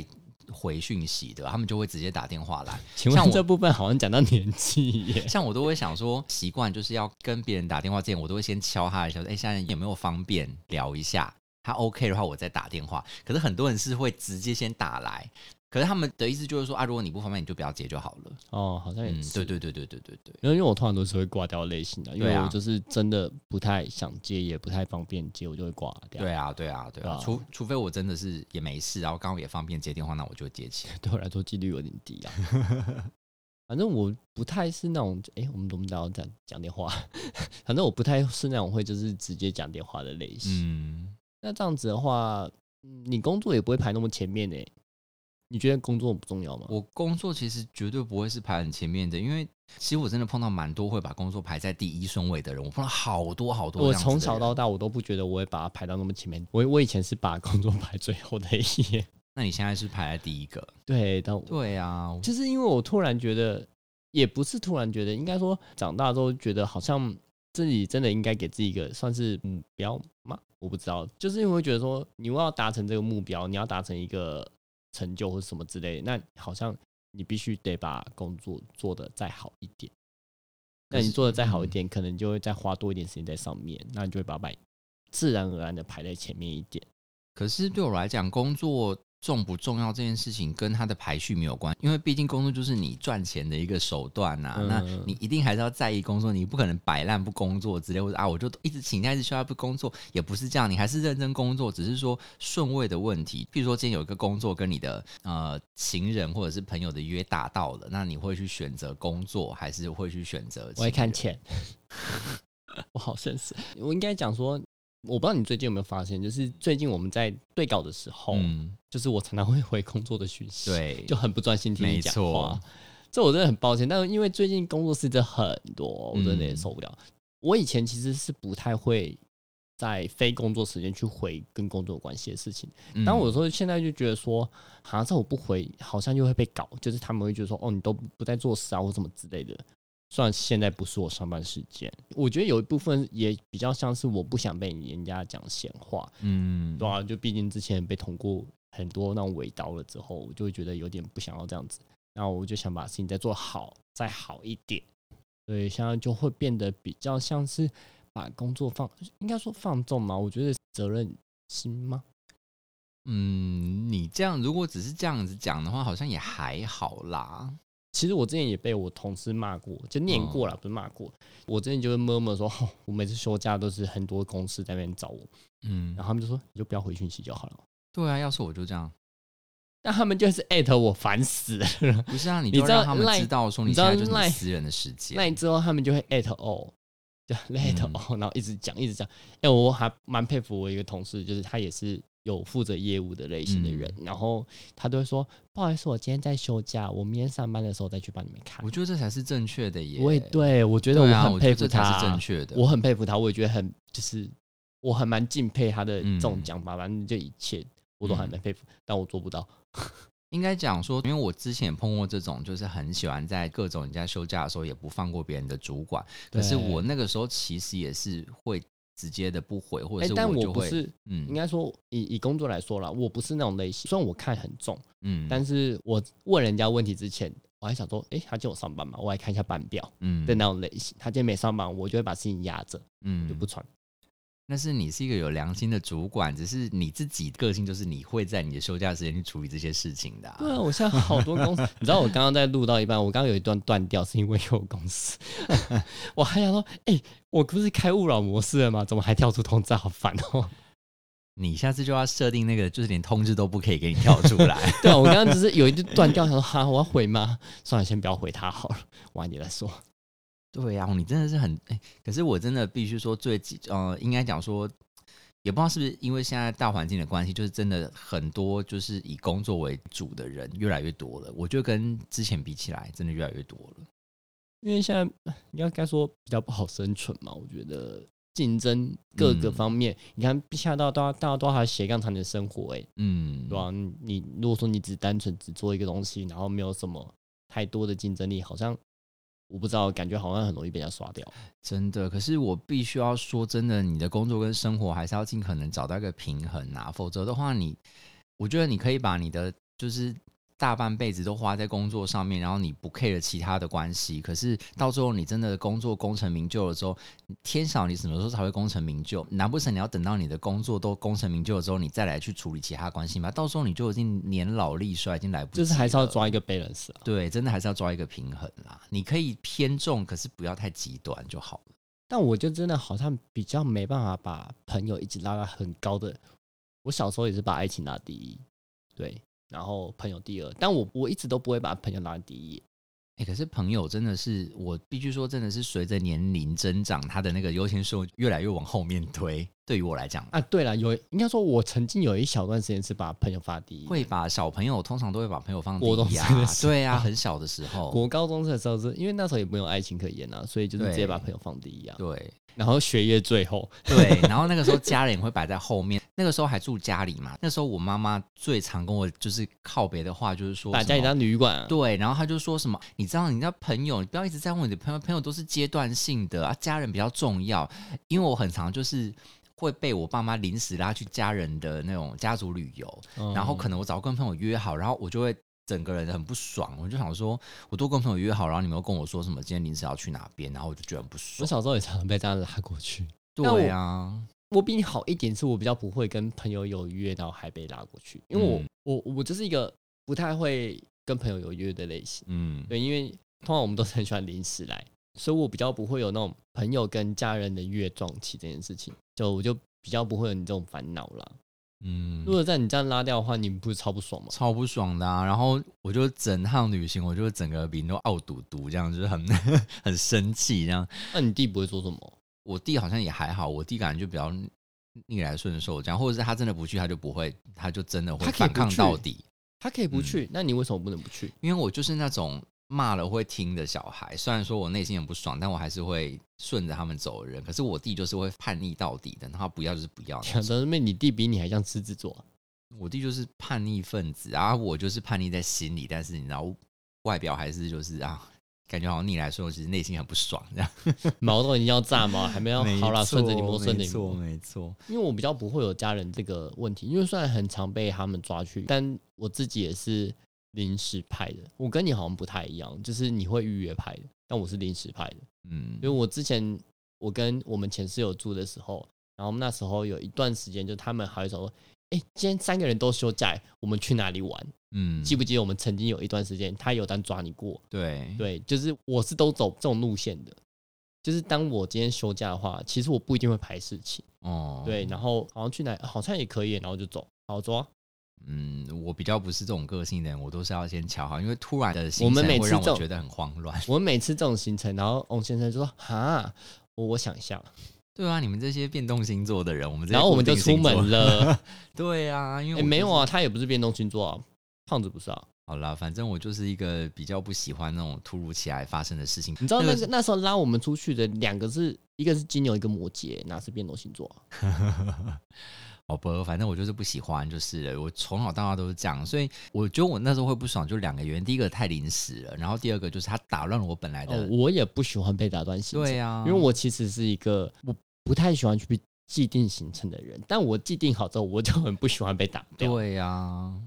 [SPEAKER 1] 回讯息的，他们就会直接打电话来。
[SPEAKER 2] 请
[SPEAKER 1] 像
[SPEAKER 2] 问
[SPEAKER 1] 我
[SPEAKER 2] 这部分好像讲到年纪耶，
[SPEAKER 1] 像我都会想说，习惯就是要跟别人打电话之前，我都会先敲他一下，哎、现在有没有方便聊一下？他 OK 的话，我再打电话。可是很多人是会直接先打来，可是他们的意思就是说啊，如果你不方便，你就不要接就好了。
[SPEAKER 2] 哦，好像也
[SPEAKER 1] 嗯，
[SPEAKER 2] 是。
[SPEAKER 1] 对对对对对对对，
[SPEAKER 2] 因为因为我通常都是会挂掉类型的，因
[SPEAKER 1] 对
[SPEAKER 2] 为
[SPEAKER 1] 啊
[SPEAKER 2] 我就是真的不太想接，也不太方便接，我就会挂掉。
[SPEAKER 1] 对啊对啊对
[SPEAKER 2] 对
[SPEAKER 1] 啊
[SPEAKER 2] 啊，
[SPEAKER 1] 除除非我真的是也没事，然后刚好也方便接电话，那我就接起来。
[SPEAKER 2] 对我来说几率有点低啊。反正我不太是那种，哎、我们怎么聊讲讲电话？ 反正我不太是那种会就是直接讲电话的类型。
[SPEAKER 1] 嗯，
[SPEAKER 2] 那这样子的话，嗯你工作也不会排那么前面呢、欸你觉得工作不重要吗？
[SPEAKER 1] 我工作其实绝对不会是排很前面的，因为其实我真的碰到蛮多会把工作排在第一顺位的人，我碰到好多好多这
[SPEAKER 2] 我
[SPEAKER 1] 样子的欸人。
[SPEAKER 2] 从小到大，我都不觉得我会把它排到那么前面。我我以前是把工作排最后的一页。
[SPEAKER 1] 那你现在是排在第一个？
[SPEAKER 2] 对，但我
[SPEAKER 1] 对啊，
[SPEAKER 2] 就是因为我突然觉得，也不是突然觉得，应该说长大之后觉得好像自己真的应该给自己一个算是目标吗？我不知道，就是因为会觉得说你要达成这个目标，你要达成一个成就或什么之类的，那好像你必须得把工作做得再好一点。那你做的再好一点，可能就会再花多一点时间在上面，那你就会把它摆自然而然的排在前面一点。
[SPEAKER 1] 可是对我来讲，工作重不重要这件事情跟它的排序没有关，因为毕竟工作就是你赚钱的一个手段呐、
[SPEAKER 2] 嗯
[SPEAKER 1] 那你一定还是要在意工作，你不可能摆烂不工作之类，或者啊我就一直请假一直休假不工作，也不是这样，你还是认真工作，只是说顺位的问题。譬如说今天有一个工作跟你的呃情人或者是朋友的约打到了，那你会去选择工作，还是会去选择？
[SPEAKER 2] 我会 看。钱，我好绅士。我应该讲说，我不知道你最近有没有发现，就是最近我们在对稿的时候，
[SPEAKER 1] 嗯，
[SPEAKER 2] 就是我常常会回工作的讯息，，
[SPEAKER 1] 对，
[SPEAKER 2] 就很不专心听你
[SPEAKER 1] 没
[SPEAKER 2] 讲
[SPEAKER 1] 错
[SPEAKER 2] 话。这我真的很抱歉，但是因为最近工作室真的很多，我真的也
[SPEAKER 1] 嗯
[SPEAKER 2] 受不了。我以前其实是不太会在非工作时间去回跟工作有关系的事情。
[SPEAKER 1] 嗯
[SPEAKER 2] 但我有时候现在就觉得说，好像我不回，好像又会被搞，就是他们会觉得说，哦，你都不在做事啊，或什么之类的。虽然现在不是我上班时间，我觉得有一部分也比较像是我不想被人家讲闲话，
[SPEAKER 1] 嗯
[SPEAKER 2] 对啊，就毕竟之前被通过很多那种尾刀了之后，我就会觉得有点不想要这样子，然后我就想把事情再做好，再好一点，所以现在就会变得比较像是把工作放，应该说放纵嘛，我觉得责任心吗？
[SPEAKER 1] 嗯，你这样如果只是这样子讲的话，好像也还好啦。
[SPEAKER 2] 其实我之前也被我同事骂过，就念
[SPEAKER 1] 嗯
[SPEAKER 2] 过了，不是骂过。我之前就会摸摸说、哦，我每次休假都是很多公司在那边找我，
[SPEAKER 1] 嗯
[SPEAKER 2] 然后他们就说你就不要回讯息就好了。
[SPEAKER 1] 对啊，要是我就这样，
[SPEAKER 2] 但他们就是艾特我，烦死了。
[SPEAKER 1] 不是啊，你
[SPEAKER 2] 你
[SPEAKER 1] 就
[SPEAKER 2] 知道
[SPEAKER 1] 让他们
[SPEAKER 2] Line-
[SPEAKER 1] 知道说你
[SPEAKER 2] 你知
[SPEAKER 1] 现
[SPEAKER 2] 道
[SPEAKER 1] 在就是你
[SPEAKER 2] Line-
[SPEAKER 1] 私人的时间。
[SPEAKER 2] 那之后他们就会艾特哦，就
[SPEAKER 1] 嗯
[SPEAKER 2] 艾特哦，然后一直讲一直讲。哎、我还蛮佩服我一个同事，就是他也是有负责业务的类型的
[SPEAKER 1] 嗯
[SPEAKER 2] 人，然后他都会说不好意思，我今天在休假，我明天上班的时候再去帮你们看
[SPEAKER 1] 我。觉得这才是正确的耶。
[SPEAKER 2] 我也对我觉
[SPEAKER 1] 对
[SPEAKER 2] 得我
[SPEAKER 1] 啊，
[SPEAKER 2] 很
[SPEAKER 1] 我觉
[SPEAKER 2] 佩
[SPEAKER 1] 得
[SPEAKER 2] 服
[SPEAKER 1] 这
[SPEAKER 2] 他，
[SPEAKER 1] 才是正确的。
[SPEAKER 2] 我很佩服他，我也觉得很就是我很蛮敬佩他的
[SPEAKER 1] 嗯
[SPEAKER 2] 这种讲法，反正就一切我都还蛮佩服，但我做不到。
[SPEAKER 1] 应该讲说，因为我之前也碰过这种，就是很喜欢在各种人家休假的时候也不放过别人的主管。可是
[SPEAKER 2] 对
[SPEAKER 1] 我那个时候其实也是会直接的不回，或
[SPEAKER 2] 哎、
[SPEAKER 1] 者是
[SPEAKER 2] 但
[SPEAKER 1] 就
[SPEAKER 2] 我不
[SPEAKER 1] 会、
[SPEAKER 2] 是，应
[SPEAKER 1] 嗯
[SPEAKER 2] 该说以以工作来说啦，我不是那种类型，虽然我看很重，
[SPEAKER 1] 嗯，
[SPEAKER 2] 但是我问人家问题之前，我还想说，哎、他今天有上班吗？我来看一下班表
[SPEAKER 1] 嗯
[SPEAKER 2] 的那种类型。他今天没上班，我就会把事情压着，
[SPEAKER 1] 嗯
[SPEAKER 2] 就不传。
[SPEAKER 1] 那是你是一个有良心的主管，只是你自己个性就是你会在你的休假时间去处理这些事情的、
[SPEAKER 2] 对啊，我现在好多公司， 你知道我刚刚在录到一半，我刚刚有一段断掉，是因为有公司， 我还想说，哎、我不是开勿扰模式了吗？怎么还跳出通知？好烦哦！
[SPEAKER 1] 你下次就要设定那个，就是连通知都不可以给你跳出来。
[SPEAKER 2] 对啊，我刚刚只是有一段断掉，想说哈，我要回吗？算了，先不要回他好了，晚一点再说。
[SPEAKER 1] 对呀、你真的是很哎、可是我真的必须说最近呃，应该讲说，也不知道是不是因为现在大环境的关系，就是真的很多就是以工作为主的人越来越多了。我觉得跟之前比起来，真的越来越多了。
[SPEAKER 2] 因为现在你要该说比较不好生存嘛，我觉得竞争各个
[SPEAKER 1] 嗯
[SPEAKER 2] 方面，你看下到大家大家都还斜杠才能生活、欸，
[SPEAKER 1] 嗯，
[SPEAKER 2] 对吧、你你如果说你只单纯只做一个东西，然后没有什么太多的竞争力，好像我不知道，感觉好像很容易被人家刷掉。
[SPEAKER 1] 真的，可是我必须要说，真的，你的工作跟生活还是要尽可能找到一个平衡啊，否则的话你，我觉得你可以把你的就是大半辈子都花在工作上面，然后你不 care 其他的关系，可是到最后你真的工作功成名就了之后，天晓你什么时候才会功成名就？难不成你要等到你的工作都功成名就了之后，你再来去处理其他关系吗？到时候你就已经年老力衰，已经来不及
[SPEAKER 2] 就
[SPEAKER 1] 了
[SPEAKER 2] 是还是要抓一个 balance 啊。
[SPEAKER 1] 对，真的还是要抓一个平衡啦。你可以偏重，可是不要太极端就好了。
[SPEAKER 2] 但我就真的好像比较没办法把朋友一直拉到很高的。我小时候也是把爱情拉第一，对，然后朋友第二，但我我一直都不会把朋友拉第一。
[SPEAKER 1] 哎、可是朋友真的是，我必须说，真的是随着年龄增长，他的那个优先顺位越来越往后面推。对于我来讲，
[SPEAKER 2] 啊，对了，有应该说，我曾经有一小段时间是把朋友发第一。
[SPEAKER 1] 会把小朋友通常都会把朋友放第
[SPEAKER 2] 国中
[SPEAKER 1] 一呀、
[SPEAKER 2] 生的时候
[SPEAKER 1] 对啊，很小的时候，
[SPEAKER 2] 国高中的时候是，因为那时候也没有爱情可言啊，所以就是直接
[SPEAKER 1] 对
[SPEAKER 2] 把朋友放第一啊。
[SPEAKER 1] 对
[SPEAKER 2] 然后学业最后，
[SPEAKER 1] 对，然后那个时候家人也会摆在后面，那个时候还住家里嘛，那时候我妈妈最常跟我就是靠别的话就是说
[SPEAKER 2] 把
[SPEAKER 1] 什
[SPEAKER 2] 家里
[SPEAKER 1] 么
[SPEAKER 2] 当旅馆啊。
[SPEAKER 1] 对，然后他就说什么，你知道，你知道朋友，你不要一直在问你的朋友，朋友都是阶段性的啊，家人比较重要。因为我很常就是会被我爸妈临时拉去家人的那种家族旅游，
[SPEAKER 2] 嗯
[SPEAKER 1] 然后可能我早跟朋友约好，然后我就会。整个人很不爽，我就想说，我都跟朋友约好，然后你们又跟我说什么今天临时要去哪边，然后我就觉得很不
[SPEAKER 2] 我
[SPEAKER 1] 爽。
[SPEAKER 2] 小时候也常常被这样拉过去。但
[SPEAKER 1] 对啊，
[SPEAKER 2] 我比你好一点，是我比较不会跟朋友有约，然后还被拉过去，因为我、
[SPEAKER 1] 嗯
[SPEAKER 2] 我我就是一个不太会跟朋友有约的类型。
[SPEAKER 1] 嗯，
[SPEAKER 2] 对，因为通常我们都是很喜欢临时来，所以我比较不会有那种朋友跟家人的约撞期这件事情，就我就比较不会有你这种烦恼啦。
[SPEAKER 1] 嗯
[SPEAKER 2] 如，果在你这样拉掉的话，你不是超不爽吗？
[SPEAKER 1] 超不爽的、啊。然后我就整趟旅行，我就整个鼻都傲嘟嘟，这样就是很 很生气这样。
[SPEAKER 2] 那你弟不会说什么？
[SPEAKER 1] 我弟好像也还好，我弟感觉就比较逆来顺受这样，或者是他真的不去，他就不会，他就真的会
[SPEAKER 2] 他可以
[SPEAKER 1] 反
[SPEAKER 2] 不
[SPEAKER 1] 抗
[SPEAKER 2] 去
[SPEAKER 1] 到底。
[SPEAKER 2] 他可以不
[SPEAKER 1] 嗯
[SPEAKER 2] 去，那你为什么不能不 去？
[SPEAKER 1] 因为我就是那种骂了会听的小孩，虽然说我内心很不爽，但我还是会顺着他们走的人。可是我弟就是会叛逆到底的，他不要就是不要那
[SPEAKER 2] 讲
[SPEAKER 1] 种。
[SPEAKER 2] 真的，妹，你弟比你还像狮子座啊、
[SPEAKER 1] 我弟就是叛逆分子啊，我就是叛逆在心里，但是你知道，外表还是就是啊。感觉好像逆来顺受，其实内心很不爽，这样。
[SPEAKER 2] 毛都已经要炸毛了，还没有哦好啦，顺着你摸，顺着
[SPEAKER 1] 没
[SPEAKER 2] 你
[SPEAKER 1] 错，
[SPEAKER 2] 摸。
[SPEAKER 1] 没错。
[SPEAKER 2] 因为我比较不会有家人这个问题，因为虽然很常被他们抓去，但我自己也是临时派的。我跟你好像不太一样，就是你会预约派的，但我是临时派的。
[SPEAKER 1] 嗯
[SPEAKER 2] 因为，我之前我跟我们前室友住的时候，然后我们那时候有一段时间，就他们还会说：“哎、今天三个人都休假，我们去哪里玩？”
[SPEAKER 1] 嗯，
[SPEAKER 2] 记不记得我们曾经有一段时间，他有单抓你过？
[SPEAKER 1] 对，
[SPEAKER 2] 对，就是我是都走这种路线的。就是当我今天休假的话，其实我不一定会排事情。
[SPEAKER 1] 哦，
[SPEAKER 2] 对，然后好像去哪好像也可以，然后就走，好走啊。
[SPEAKER 1] 嗯，我比较不是这种个性的人，我都是要先瞧好，因为突然的行
[SPEAKER 2] 我们
[SPEAKER 1] 程
[SPEAKER 2] 每
[SPEAKER 1] 会
[SPEAKER 2] 次
[SPEAKER 1] 让
[SPEAKER 2] 这
[SPEAKER 1] 我
[SPEAKER 2] 种
[SPEAKER 1] 觉得很慌乱。
[SPEAKER 2] 我们每次这种行程，然后翁先生就说：“哈，我我想一下。
[SPEAKER 1] 对啊，你们这些变动星座的人，我们”这些
[SPEAKER 2] 然后我们
[SPEAKER 1] 固
[SPEAKER 2] 就
[SPEAKER 1] 定
[SPEAKER 2] 出
[SPEAKER 1] 星座
[SPEAKER 2] 门。了。
[SPEAKER 1] 对啊，因为
[SPEAKER 2] 哎、
[SPEAKER 1] 我就
[SPEAKER 2] 没有
[SPEAKER 1] 是。
[SPEAKER 2] 啊，他也不是变动星座啊，胖子不是啊。
[SPEAKER 1] 好啦，反正我就是一个比较不喜欢那种突如其来发生的事情。
[SPEAKER 2] 你知道那
[SPEAKER 1] 是
[SPEAKER 2] 个那时候拉我们出去的两个是一个是金牛，一个摩羯，哪是变动星座啊？
[SPEAKER 1] 好吧，反正我哦就是不喜欢，就是了我从小到大都是这样，所以我觉得我那时候会不爽，就两个原因：第一个太临时了，然后第二个就是他打哎乱了我本来的。
[SPEAKER 2] 哦，我也不喜欢被打断行程，
[SPEAKER 1] 对啊，
[SPEAKER 2] 因为我其实是一个我不太喜欢去既定行程的人，但我既定好之后，我就很不喜欢被打断。
[SPEAKER 1] 对啊，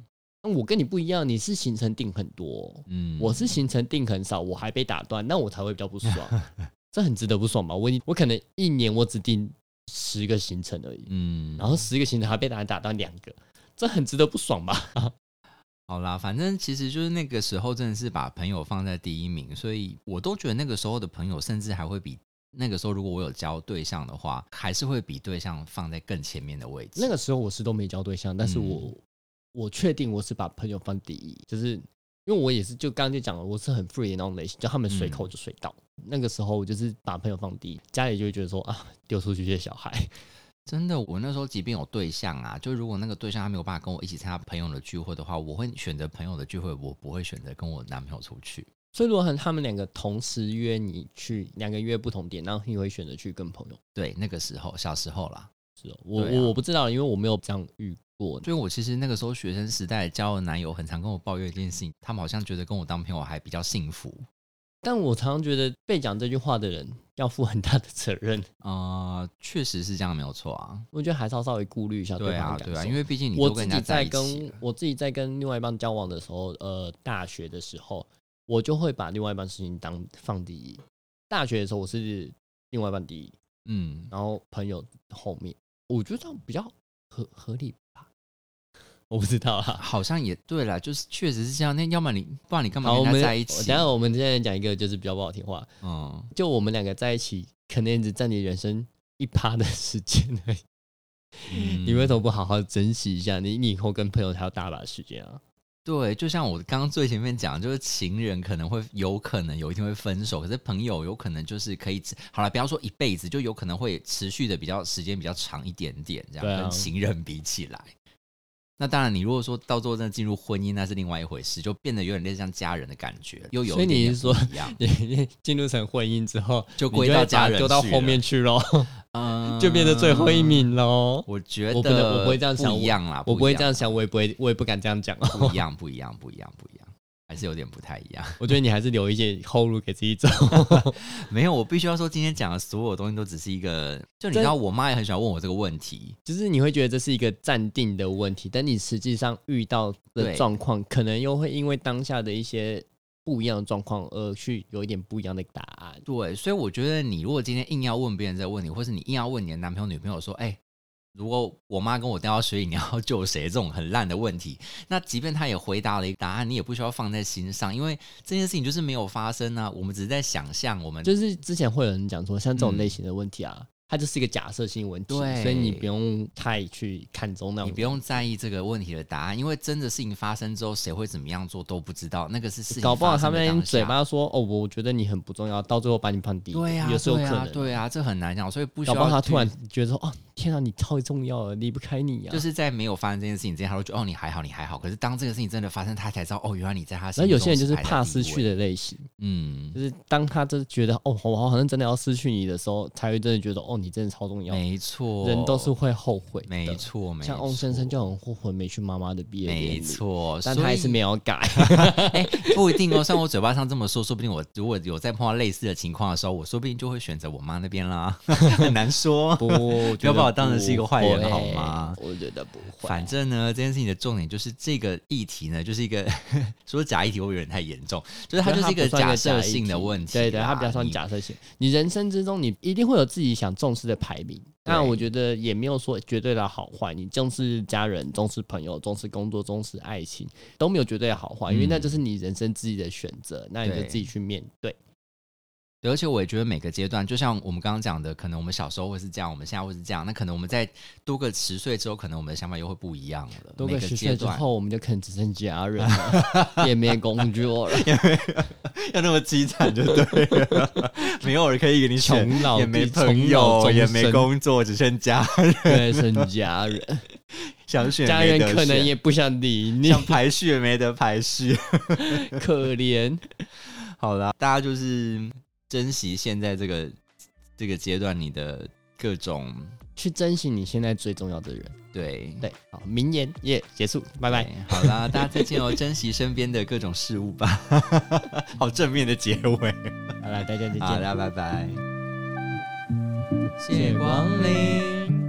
[SPEAKER 2] 那我跟你不一样，你是行程定很多，
[SPEAKER 1] 嗯，
[SPEAKER 2] 我是行程定很少，我还被打断，那我才会比较 不爽，这很值得不爽吧？我已经我可能一年我只定十个行程而已，
[SPEAKER 1] 嗯，
[SPEAKER 2] 然后十个行程还被打打断两个，这很值得不爽吧？
[SPEAKER 1] 好啦，反正其实就是那个时候真的是把朋友放在第一名，所以我都觉得那个时候的朋友，甚至还会比那个时候如果我有交对象的话，还是会比对象放在更前面的位置。
[SPEAKER 2] 那个时候我是都没交对象，但是我、
[SPEAKER 1] 嗯
[SPEAKER 2] 我确定我是把朋友放第一，就是因为我也是就刚刚就讲了，我是很 free 的那种类型，就他们随
[SPEAKER 1] 嗯
[SPEAKER 2] 口就随到。那个时候我就是把朋友放第一，家里就会觉得说啊，丢出去这些小孩，
[SPEAKER 1] 真的，我那时候即便有对象啊，就如果那个对象他没有办法跟我一起参加朋友的聚会的话，我会选择朋友的聚会，我不会选择跟我男朋友出去。
[SPEAKER 2] 所以如果很他们两个同时约你去，两个约不同点，然后你会选择去跟朋友。
[SPEAKER 1] 对，那个时候小时候啦，
[SPEAKER 2] 是哦，我、
[SPEAKER 1] 对啊
[SPEAKER 2] 我我不知道，因为我没有这样遇过。
[SPEAKER 1] 所以我其实那个时候学生时代交的男友，很常跟我抱怨一件事情，他们好像觉得跟我当朋友还比较幸福。
[SPEAKER 2] 但我常常觉得被讲这句话的人要负很大的责任，
[SPEAKER 1] 呃，确实是这样，没有错啊。
[SPEAKER 2] 我觉得还是要稍微顾虑一下
[SPEAKER 1] 对
[SPEAKER 2] 方
[SPEAKER 1] 啊，
[SPEAKER 2] 的感受。
[SPEAKER 1] 对啊，因为毕竟你
[SPEAKER 2] 我
[SPEAKER 1] 都
[SPEAKER 2] 自
[SPEAKER 1] 跟
[SPEAKER 2] 己
[SPEAKER 1] 人家
[SPEAKER 2] 在
[SPEAKER 1] 一起
[SPEAKER 2] 跟
[SPEAKER 1] 了，
[SPEAKER 2] 我自己在跟另外一半交往的时候，呃，大学的时候，我就会把另外一半事情当放第一。大学的时候我是另外一半第一，
[SPEAKER 1] 嗯，
[SPEAKER 2] 然后朋友后面，我觉得这样比较合合理吧。 我不知道啦。
[SPEAKER 1] 好像也对啦，就是确实是这样。那要么你，不然你干嘛
[SPEAKER 2] 好，我
[SPEAKER 1] 跟
[SPEAKER 2] 们
[SPEAKER 1] 他在一
[SPEAKER 2] 我
[SPEAKER 1] 起
[SPEAKER 2] 等一？下我们现在讲一个就是比较不好听话，
[SPEAKER 1] 嗯，
[SPEAKER 2] 就我们两个在一起，可能只占你人生一趴的时间而已。
[SPEAKER 1] 嗯
[SPEAKER 2] 你为什么不好好珍惜一下？你你以后跟朋友还有大把时间啊。
[SPEAKER 1] 对，就像我刚刚最前面讲，就是情人可能会有可能有一天会分手，可是朋友有可能就是可以持好了，不要说一辈子，就有可能会持续的比较时间比较长一点点，这样、
[SPEAKER 2] 对啊
[SPEAKER 1] 跟情人比起来。那当然，你如果说到最后真的进入婚姻，那是另外一回事，就变得有点类似像家人的感觉，又有
[SPEAKER 2] 所以
[SPEAKER 1] 一点
[SPEAKER 2] 你
[SPEAKER 1] 点
[SPEAKER 2] 是说
[SPEAKER 1] 不一样，
[SPEAKER 2] 你进入成婚姻之后，
[SPEAKER 1] 就
[SPEAKER 2] 你
[SPEAKER 1] 归
[SPEAKER 2] 就
[SPEAKER 1] 到
[SPEAKER 2] 要
[SPEAKER 1] 家
[SPEAKER 2] 把
[SPEAKER 1] 人
[SPEAKER 2] 丢到
[SPEAKER 1] 去
[SPEAKER 2] 后
[SPEAKER 1] 了
[SPEAKER 2] 面，去喽，
[SPEAKER 1] 嗯
[SPEAKER 2] 就变成最后一。名喽。
[SPEAKER 1] 我觉得
[SPEAKER 2] 我不能我不会这样想
[SPEAKER 1] 不一样啦，
[SPEAKER 2] 我不
[SPEAKER 1] 不一
[SPEAKER 2] 会这样想，我也不会，我也不敢这样讲哦。
[SPEAKER 1] 不一样，不一样，不一样，不一样，还是有点不太一样。
[SPEAKER 2] 我觉得你还是留一些后路给自己走。
[SPEAKER 1] 没有，我必须要说，今天讲的所有东西都只是一个，就你知道，我妈也很喜欢问我这个问题。
[SPEAKER 2] 就是你会觉得这是一个暂定的问题，但你实际上遇到的
[SPEAKER 1] 对
[SPEAKER 2] 状况，可能又会因为当下的一些不一样的状况而去有一点不一样的答案。
[SPEAKER 1] 对，所以我觉得你如果今天硬要问别人这个问题，或是你硬要问你的男朋友、女朋友说，哎、如果我妈跟我掉到水里，你要救谁？这种很烂的问题， 那即便他也回答了一个答案，你也不需要放在心上，因为这件事情就是没有发生啊。我们只是在想象，我们
[SPEAKER 2] 就是之前会有人讲说，像这种
[SPEAKER 1] 嗯
[SPEAKER 2] 类型的问题啊，它就是一个假设性问题，
[SPEAKER 1] 对
[SPEAKER 2] 所以你不用太去看重那种。
[SPEAKER 1] 你不用在意这个问题的答案，因为真的事情发生之后，谁会怎么样做都不知道，那个是事情
[SPEAKER 2] 搞不好
[SPEAKER 1] 发
[SPEAKER 2] 他
[SPEAKER 1] 生的
[SPEAKER 2] 们
[SPEAKER 1] 当下
[SPEAKER 2] 嘴巴说哦，我觉得你很不重要，到最后把你放第一，
[SPEAKER 1] 对呀、啊
[SPEAKER 2] 也是有可
[SPEAKER 1] 对
[SPEAKER 2] 能
[SPEAKER 1] 呀、
[SPEAKER 2] 的、
[SPEAKER 1] 对呀、这很难讲，所以不需
[SPEAKER 2] 搞
[SPEAKER 1] 要。
[SPEAKER 2] 不好他突然觉得说哦，天啊，你超重要了，离不开你啊。
[SPEAKER 1] 就是在没有发生这件事情之前，他会觉得哦你还好，你还好。可是当这个事情真的发生，他才知道哦，原来你在他心中
[SPEAKER 2] 然后有些人就是
[SPEAKER 1] 排在
[SPEAKER 2] 怕
[SPEAKER 1] 第一
[SPEAKER 2] 失去
[SPEAKER 1] 位，
[SPEAKER 2] 的类型，
[SPEAKER 1] 嗯
[SPEAKER 2] 就，是当他真的觉得哦，我好像真的要失去你的时候，才会真的觉得哦，你真的超重要。
[SPEAKER 1] 没错，
[SPEAKER 2] 人都是会后悔的，
[SPEAKER 1] 没错，没错，
[SPEAKER 2] 像翁先生就很后悔没去妈妈的毕业典礼，
[SPEAKER 1] 没，错，
[SPEAKER 2] 但他还是没
[SPEAKER 1] 有。
[SPEAKER 2] 有改。
[SPEAKER 1] 哎、不一定哦。像我嘴巴上这么说，说不定我如果有再碰到类似的情况的时候，我说不定就会选择我妈那边啦， 很难说。
[SPEAKER 2] 不，我觉得
[SPEAKER 1] 不要把我当成是一个坏人
[SPEAKER 2] 不会
[SPEAKER 1] 好吗
[SPEAKER 2] 我觉得不会，
[SPEAKER 1] 反正呢，这件事情的重点就是这个议题呢，就是一个 说假议题会有点太严重，就是它
[SPEAKER 2] 觉
[SPEAKER 1] 就
[SPEAKER 2] 得
[SPEAKER 1] 是一
[SPEAKER 2] 不
[SPEAKER 1] 个
[SPEAKER 2] 算
[SPEAKER 1] 假
[SPEAKER 2] 假
[SPEAKER 1] 设
[SPEAKER 2] 议
[SPEAKER 1] 性的
[SPEAKER 2] 题
[SPEAKER 1] 问题啦。
[SPEAKER 2] 对对，它比较算
[SPEAKER 1] 你
[SPEAKER 2] 假设性。你人生之中，你一定会有自己想重视的排名。但
[SPEAKER 1] 对
[SPEAKER 2] 我觉得也没有说绝对的好坏，你重视家人、重视朋友、重视工作、重视爱情都没有绝对的好坏，因为那
[SPEAKER 1] 嗯
[SPEAKER 2] 就是你人生自己的选择，那你就
[SPEAKER 1] 对
[SPEAKER 2] 自己去面对。
[SPEAKER 1] 对，而且我也觉得每个阶段，就像我们刚刚讲的，可能我们小时候会是这样，我们现在会是这样，那可能我们在多个十岁之后，可能我们的想法又会不一样了。
[SPEAKER 2] 多
[SPEAKER 1] 每
[SPEAKER 2] 个
[SPEAKER 1] 个
[SPEAKER 2] 十
[SPEAKER 1] 阶
[SPEAKER 2] 岁之
[SPEAKER 1] 段
[SPEAKER 2] 后，我们就可能只剩家人了，也没工作了，
[SPEAKER 1] 要那么凄惨就对了， 没有人可以给你选
[SPEAKER 2] 穷老
[SPEAKER 1] 也没
[SPEAKER 2] 弟
[SPEAKER 1] 朋
[SPEAKER 2] 穷
[SPEAKER 1] 友，
[SPEAKER 2] 老
[SPEAKER 1] 也
[SPEAKER 2] 终
[SPEAKER 1] 没
[SPEAKER 2] 身
[SPEAKER 1] 工作，只剩家，
[SPEAKER 2] 对，剩家人，
[SPEAKER 1] 想 选也
[SPEAKER 2] 家
[SPEAKER 1] 没
[SPEAKER 2] 人
[SPEAKER 1] 得
[SPEAKER 2] 可能
[SPEAKER 1] 选
[SPEAKER 2] 也不想理你，
[SPEAKER 1] 想排序也没得排序。
[SPEAKER 2] 可怜。
[SPEAKER 1] 好啦，大家就是珍惜现在这个这个阶段你的各种
[SPEAKER 2] 去珍惜你现在最重要的人。
[SPEAKER 1] 对。
[SPEAKER 2] 对，好，名言耶结束，拜拜。
[SPEAKER 1] 对，好啦，大家再见哦，珍惜身边的各种事 物吧。好正面的结尾，
[SPEAKER 2] 好了，大家再见
[SPEAKER 1] 好，。大家拜拜，
[SPEAKER 2] 谢谢光
[SPEAKER 1] 临。